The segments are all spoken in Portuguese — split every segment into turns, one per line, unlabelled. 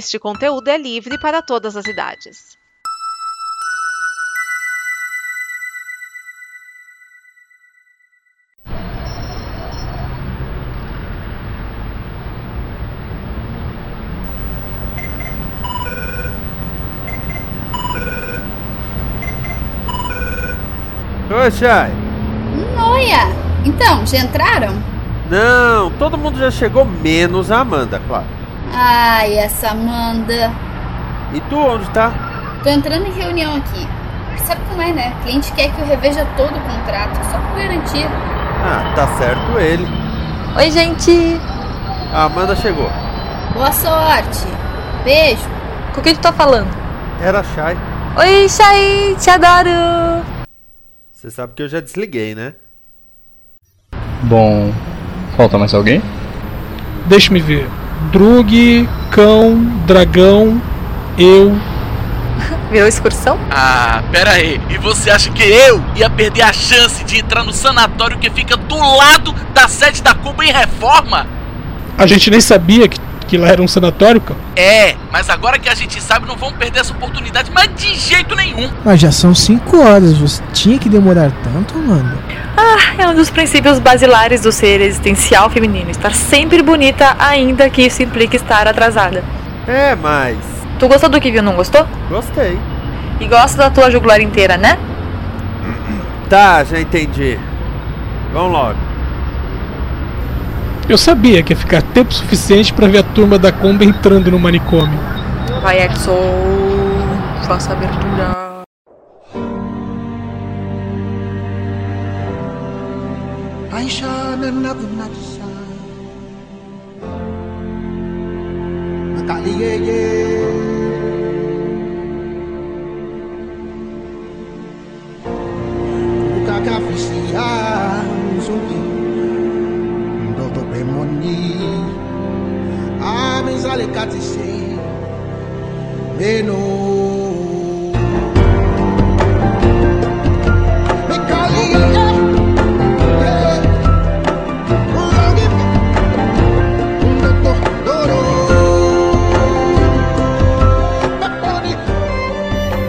Este conteúdo é livre para todas as idades.
Oi, Chay.
Noia! Então, já entraram?
Não, todo mundo já chegou, menos a Amanda, claro.
Ai, essa Amanda.
E tu onde tá?
Tô entrando em reunião aqui. Sabe como é, né? O cliente quer que eu reveja todo o contrato, só por garantir.
Ah, tá certo ele.
Oi, gente!
A Amanda chegou.
Boa sorte. Beijo.
Com quem tu tá falando?
Era a Chay.
Oi, Chay! Te adoro!
Você sabe que eu já desliguei, né?
Bom, falta mais alguém?
Deixa-me ver. Drug, cão, dragão, eu.
Virou excursão?
Ah, pera aí. E você acha que eu ia perder a chance de entrar no sanatório que fica do lado da sede da Cuba em reforma?
A gente nem sabia que, que lá era um sanatório, cara.
É, mas agora que a gente sabe, não vamos perder essa oportunidade, mas de jeito nenhum.
Mas já são 5 horas, você tinha que demorar tanto, Amanda?
É um dos princípios basilares do ser existencial feminino. Estar sempre bonita, ainda que isso implique estar atrasada.
É, mas.
Tu gostou do que viu, não gostou?
Gostei.
E gosta da tua jugular inteira, né?
Tá, já entendi. Vamos logo.
Eu sabia que ia ficar tempo suficiente pra ver a turma da Kombi entrando no manicômio.
Vai, Edson. Faça a abertura.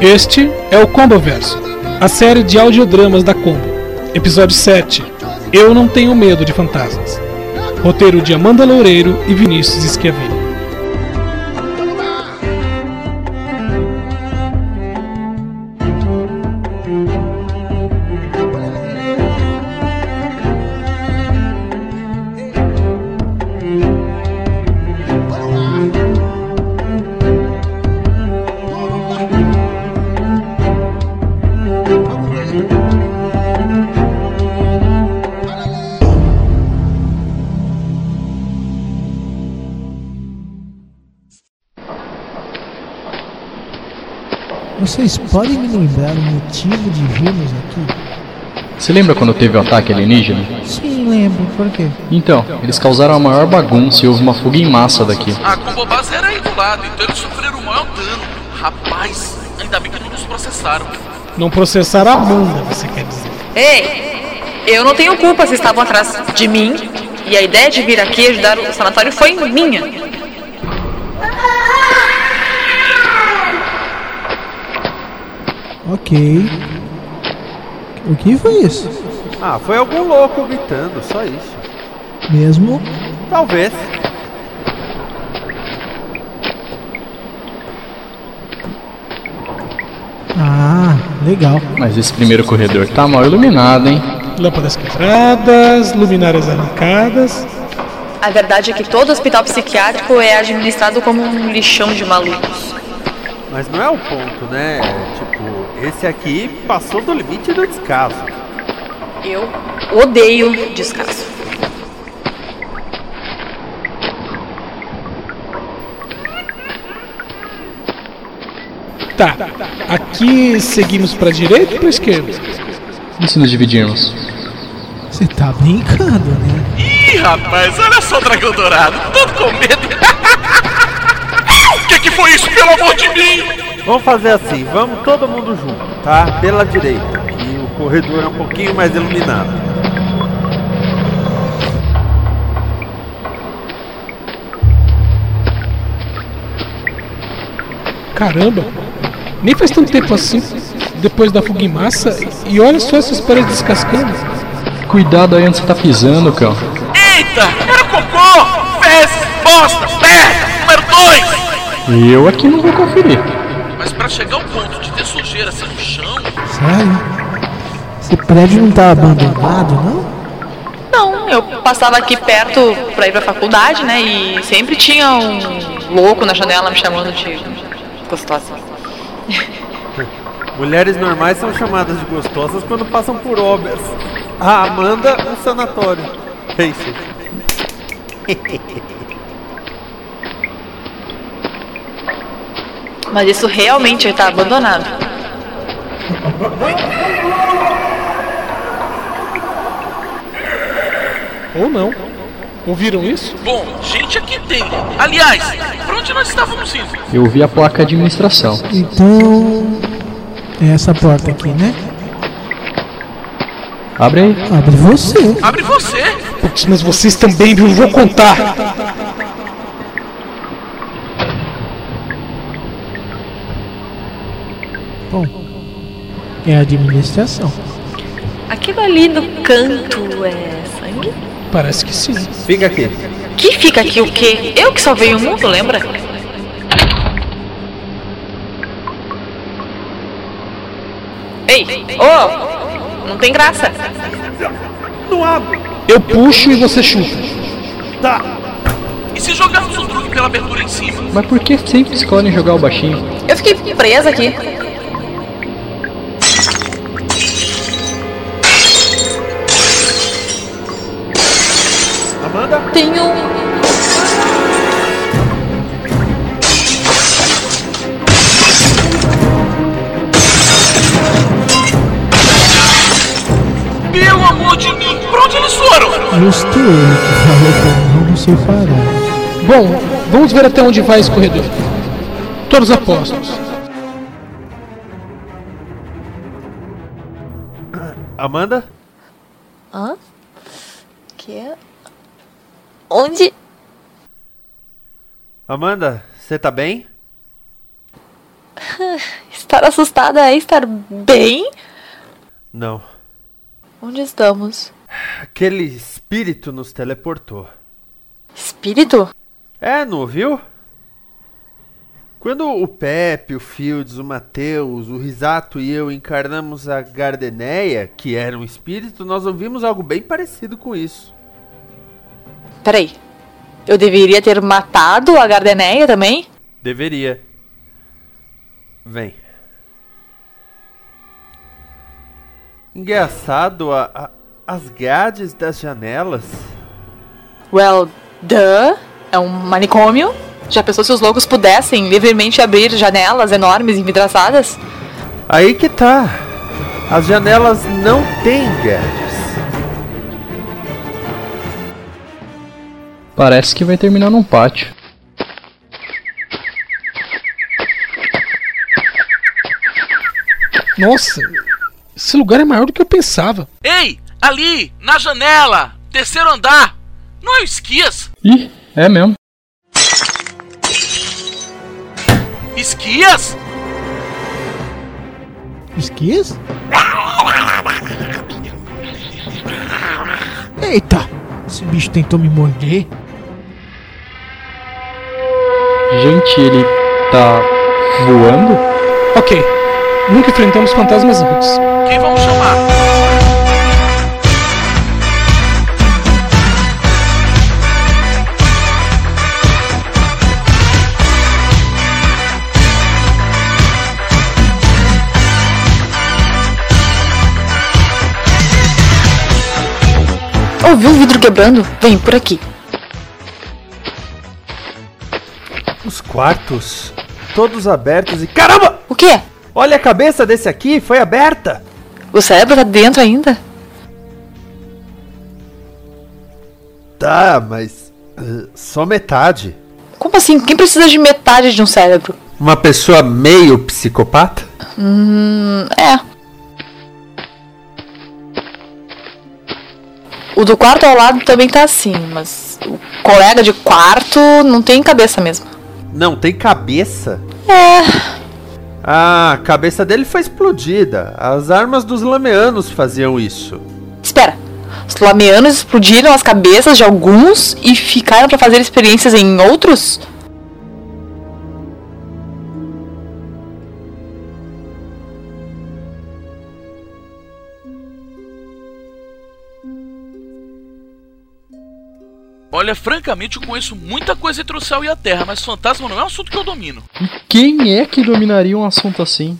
Este é o Comboverso, a série de audiodramas da Combo. Episódio 7. Eu não tenho medo de fantasmas. Roteiro de Amanda Loureiro e Vinícius Schiavini.
Vocês podem me lembrar o motivo de virmos aqui?
Você lembra quando teve o ataque alienígena?
Sim, lembro. Por quê?
Então, eles causaram a maior bagunça e houve uma fuga em massa daqui.
A Combobase era aí do lado, então eles sofreram o maior dano. Rapaz, ainda bem que não nos processaram.
Não processar a Amanda, você quer dizer.
Ei! Eu não tenho culpa se estavam atrás de mim. E a ideia de vir aqui ajudar o sanatório foi minha.
Ok. O que foi isso?
Ah, foi algum louco gritando, só isso.
Mesmo?
Talvez.
Ah, legal.
Mas esse primeiro corredor tá mal iluminado, hein?
Lâmpadas quebradas, luminárias arrancadas.
A verdade é que todo hospital psiquiátrico é administrado como um lixão de malucos.
Mas não é o ponto, né? Tipo, esse aqui passou do limite do descaso.
Eu odeio descaso.
Tá, aqui seguimos pra direita ou pra esquerda?
E se nos dividirmos?
Você tá brincando, né?
Ih, rapaz, olha só o dragão dourado, todo com medo. O que, que foi isso, pelo amor de mim?
Vamos fazer assim, vamos todo mundo junto, tá? Pela direita. E o corredor é um pouquinho mais iluminado.
Caramba! Nem faz tanto tempo assim, depois da fuga em massa, e olha só essas paredes descascando.
Cuidado aí onde você tá pisando, cão.
Eita, era cocô! Fezes, bosta, merda! Número 2!
Eu aqui não vou conferir.
Mas pra chegar ao ponto de ter sujeira assim no chão,
Sério? Esse prédio não tá abandonado, não?
Não, eu passava aqui perto pra ir pra faculdade, né? E sempre tinha um louco na janela me chamando de gostosa.
Mulheres normais são chamadas de gostosas quando passam por obras. A Amanda, um sanatório. Pense.
Mas isso realmente tá abandonado.
Ou não. Ouviram isso?
bom, gente aqui tem. Aliás, pra onde nós estávamos indo?
Eu vi a placa de administração.
Então. É essa porta aqui, né?
Abre aí.
Abre você.
Abre você!
Putz, mas vocês também, viu? Vou contar!
Bom, é a administração.
Aquilo ali no canto é sangue?
Parece que sim.
Fica aqui.
Que fica aqui o quê? Eu que salvei o mundo, lembra? Ei, ô! não tem graça.
Eu puxo e você chuta.
E se jogarmos o truque pela abertura em cima?
Mas por que sempre escolhem jogar o baixinho?
Eu fiquei presa aqui.
Amanda?
Tem um
Pelo amor de mim, pra onde eles foram?
Justo ele que falou pra não nos separar.
Bom, vamos ver até onde vai esse corredor. Todos apostos.
Amanda?
Hã? Que? Onde?
Amanda, você tá bem?
Estar assustada é estar bem?
Não.
Onde estamos?
Aquele espírito nos teleportou.
Espírito?
É, não viu? Quando o Pepe, o Fields, o Matheus, o Risato e eu encarnamos a Gardeneia, que era um espírito, nós ouvimos algo bem parecido com isso.
Peraí. Eu deveria ter matado a Gardeneia também?
Deveria. Vem. Engraçado, a- a- as grades das janelas.
Well, duh. É um manicômio. Já pensou se os loucos pudessem livremente abrir janelas enormes e envidraçadas?
Aí que tá. As janelas não têm grades.
Parece que vai terminar num pátio.
Nossa, esse lugar é maior do que eu pensava.
Ei, ali, na janela, terceiro andar. Não é o esquias?
Ih, é mesmo.
Esquias?
Esquis? Eita! Esse bicho tentou me morder.
Gente, ele tá voando?
Ok, nunca enfrentamos fantasmas antes.
Quem vamos chamar?
Ouviu o um vidro quebrando? Vem por aqui.
Os quartos, todos abertos e. Caramba!
O quê?
Olha a cabeça desse aqui, foi aberta!
O cérebro tá dentro ainda?
Tá, mas. eh, Só metade.
Como assim? Quem precisa de metade de um cérebro?
Uma pessoa meio psicopata?
É. O do quarto ao lado também tá assim, mas o colega de quarto não tem cabeça mesmo.
Não, tem cabeça?
É.
A cabeça dele foi explodida. As armas dos lameanos faziam isso.
Espera. Os lameanos explodiram as cabeças de alguns e ficaram pra fazer experiências em outros?
Olha, francamente, eu conheço muita coisa entre o céu e a terra, mas fantasma não é um assunto que eu domino.
Quem é que dominaria um assunto assim?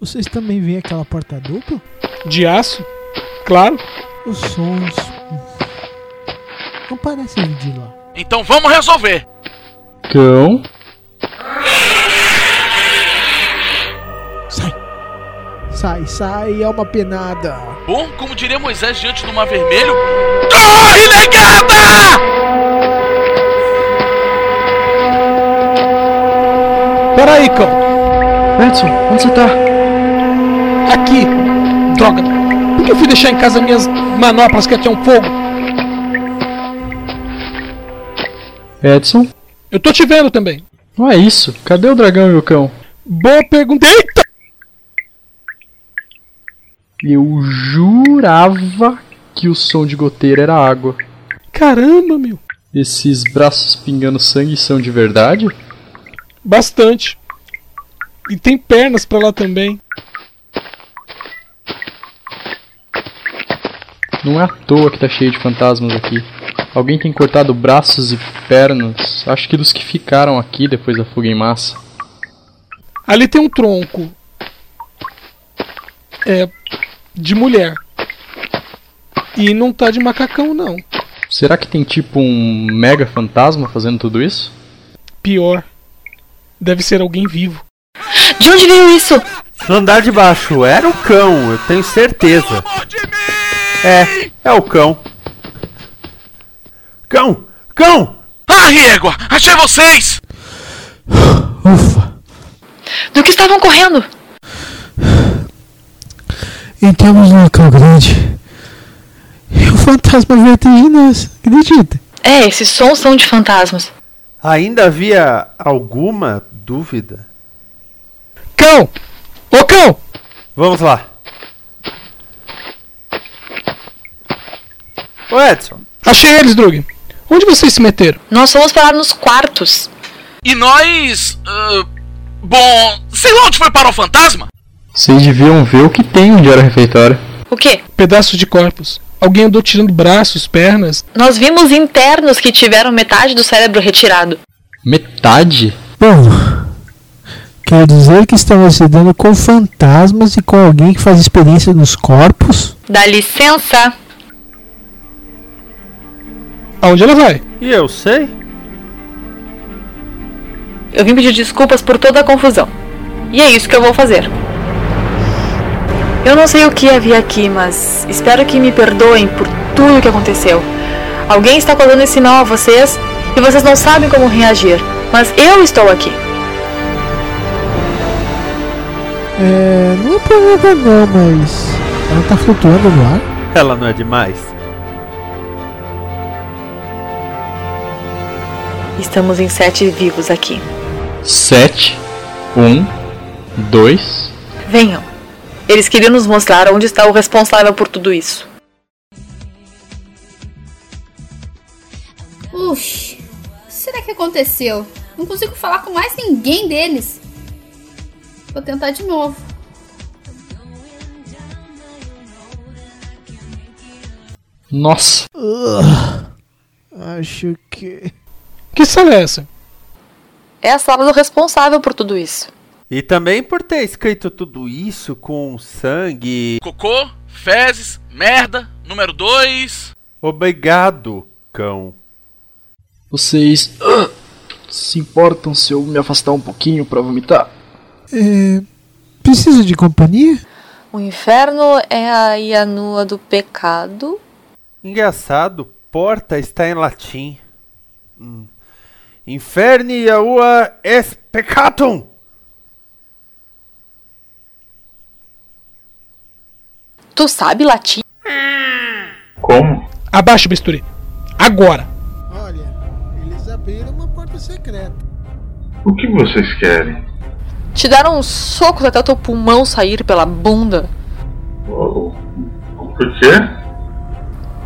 Vocês também veem aquela porta dupla?
De aço? Claro.
Os sons. Não parecem vir de lá.
Então vamos resolver!
Cão.
Sai! Sai, sai, é uma penada.
Bom, como diria Moisés diante do mar vermelho. Torre negada!
Peraí, cão.
Edson, onde você tá?
Aqui. Droga. Por que eu fui deixar em casa minhas manoplas que atiram fogo?
Edson?
Eu tô te vendo também.
Não é isso. Cadê o dragão e o cão?
Boa pergunta. Eita!
Eu jurava que o som de goteira era água.
Caramba, meu.
Esses braços pingando sangue são de verdade?
Bastante. E tem pernas pra lá também.
Não é à toa que tá cheio de fantasmas aqui. Alguém tem cortado braços e pernas, acho que dos que ficaram aqui depois da fuga em massa.
Ali tem um tronco. É. De mulher. E não tá de macacão, não.
Será que tem tipo um mega fantasma fazendo tudo isso?
Pior. Deve ser alguém vivo.
De onde veio isso?
No andar de baixo era o cão, eu tenho certeza.
Amor de mim!
É, é o cão. Cão! Cão!
Ah, Riegua! Achei vocês!
Ufa!
Do que estavam correndo?
Entramos num local grande. E o fantasma veio atingir nós. Acredita?
É, esses sons são de fantasmas.
Ainda havia alguma dúvida?
Cão! Ô cão!
Vamos lá. Ô Edson,
Achei eles, Drug. Onde vocês se meteram?
Nós fomos parar nos quartos.
E nós. ah, bom. Sei lá onde foi parar o fantasma?
Vocês deviam ver o que tem onde era o refeitório.
O quê?
Pedaços de corpos. Alguém andou tirando braços, pernas.
Nós vimos internos que tiveram metade do cérebro retirado.
Metade?
Bom, quer dizer que estamos lidando com fantasmas e com alguém que faz experiência nos corpos?
Dá licença.
Aonde ela vai?
e eu sei?
Eu vim pedir desculpas por toda a confusão. E é isso que eu vou fazer. Eu não sei o que havia aqui, mas espero que me perdoem por tudo o que aconteceu. Alguém está causando esse mal a vocês e vocês não sabem como reagir. Mas eu estou aqui.
É, não é por nada não, mas ela tá flutuando no ar.
Ela não é demais.
Estamos em sete vivos aqui.
Sete. Um. Dois.
Venham. Eles queriam nos mostrar onde está o responsável por tudo isso.
Ux, o que será que aconteceu? Não consigo falar com mais ninguém deles. Vou tentar de novo.
Nossa.
Acho que.
Que sala é essa?
É a sala do responsável por tudo isso.
E também por ter escrito tudo isso com sangue.
Cocô, fezes, merda, número 2.
Obrigado, cão.
Vocês. ah, Se importam se eu me afastar um pouquinho pra vomitar?
É, preciso de companhia?
O inferno é a Ianua do pecado.
Engraçado, porta está em latim. Hum. Inferni iaua est peccatum.
Tu sabe latim?
Como?
Abaixo, bisturi. Agora.
Olha, eles abriram uma porta secreta.
O que vocês querem?
Te deram uns socos até o teu pulmão sair pela bunda.
Oh, por quê?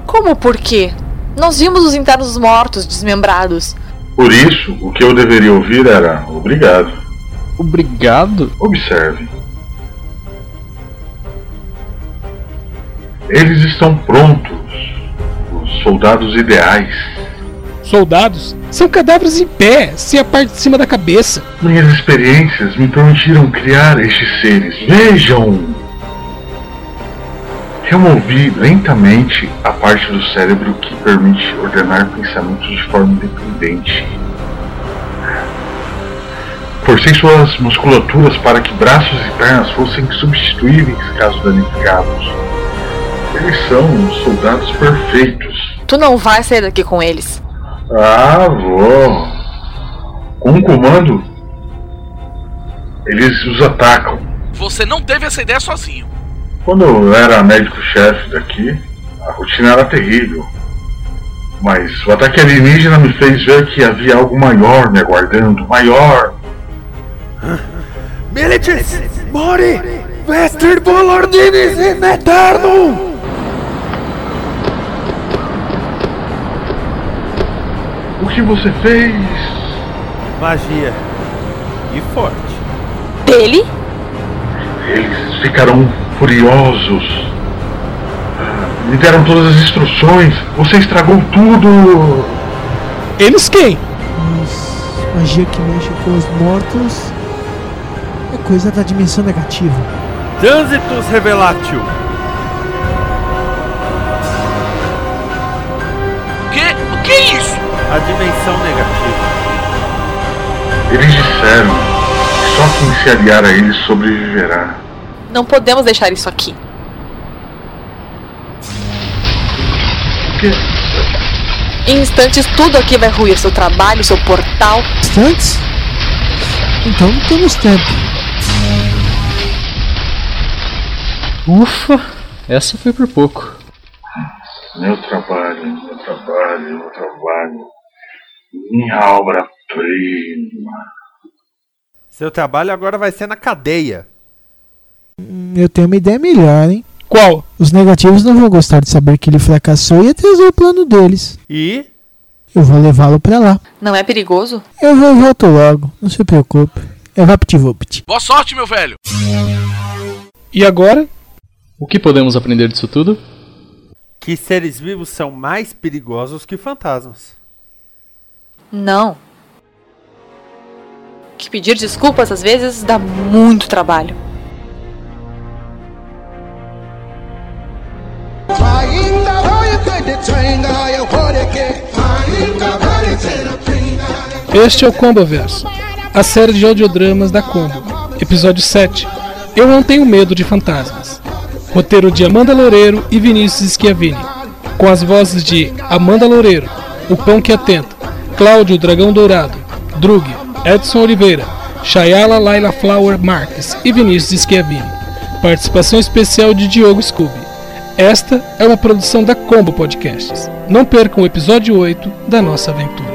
Como por quê? Nós vimos os internos mortos, desmembrados.
Por isso, o que eu deveria ouvir era obrigado.
Obrigado?
Observe. Eles estão prontos. Os soldados ideais.
Soldados são cadáveres em pé, sem a parte de cima da cabeça.
Minhas experiências me permitiram criar estes seres. Vejam! Removi lentamente a parte do cérebro que permite ordenar pensamentos de forma independente. Forcei suas musculaturas para que braços e pernas fossem substituíveis caso danificados. Eles são os soldados perfeitos.
Tu não vai sair daqui com eles.
Ah, vou. Com um comando, eles os atacam.
Você não teve essa ideia sozinho.
Quando eu era médico-chefe daqui, a rotina era terrível. Mas o ataque alienígena me fez ver que havia algo maior me aguardando maior.
Milites, mori, vestir volordinis in eternum!
O que você fez?
Magia. E forte.
Dele?
Eles ficarão furiosos. Ah, Me deram todas as instruções. Você estragou tudo.
Eles quem?
Mas magia que mexe com os mortos é coisa da dimensão negativa.
Transitus revelatio.
O quê? O que é isso?
A dimensão negativa.
Eles disseram que só quem se aliar a eles sobreviverá.
Não podemos deixar isso aqui.
Que-
Em instantes, tudo aqui vai ruir. Seu trabalho, seu portal.
Instantes? Então não temos tempo.
Ufa, essa foi por pouco.
Meu trabalho, meu trabalho, meu trabalho. Minha obra-prima.
Seu trabalho agora vai ser na cadeia.
Hum, Eu tenho uma ideia melhor, hein?
Qual?
Os negativos não vão gostar de saber que ele fracassou e atrasou o plano deles.
E
Eu vou levá-lo pra lá.
Não é perigoso?
Eu vou e volto logo, não se preocupe. É VaptVupt.
Boa sorte, meu velho.
E agora?
O que podemos aprender disso tudo?
que seres vivos são mais perigosos que fantasmas.
Não. Que pedir desculpas às vezes dá muito trabalho.
Este é o Comboverso, a série de audiodramas da Combo, episódio 7. Eu não tenho medo de fantasmas. Roteiro de Amanda Loureiro e Vinícius Schiavini, com as vozes de Amanda Loureiro, O Pão que Atenta, Cláudio Dragão Dourado, Drug, Edson Oliveira, Chayala Laila Flower Marques e Vinícius Schiavini. Participação especial de Diogo Scooby. Esta é uma produção da Combo Podcasts. Não percam o episódio 8 da nossa aventura.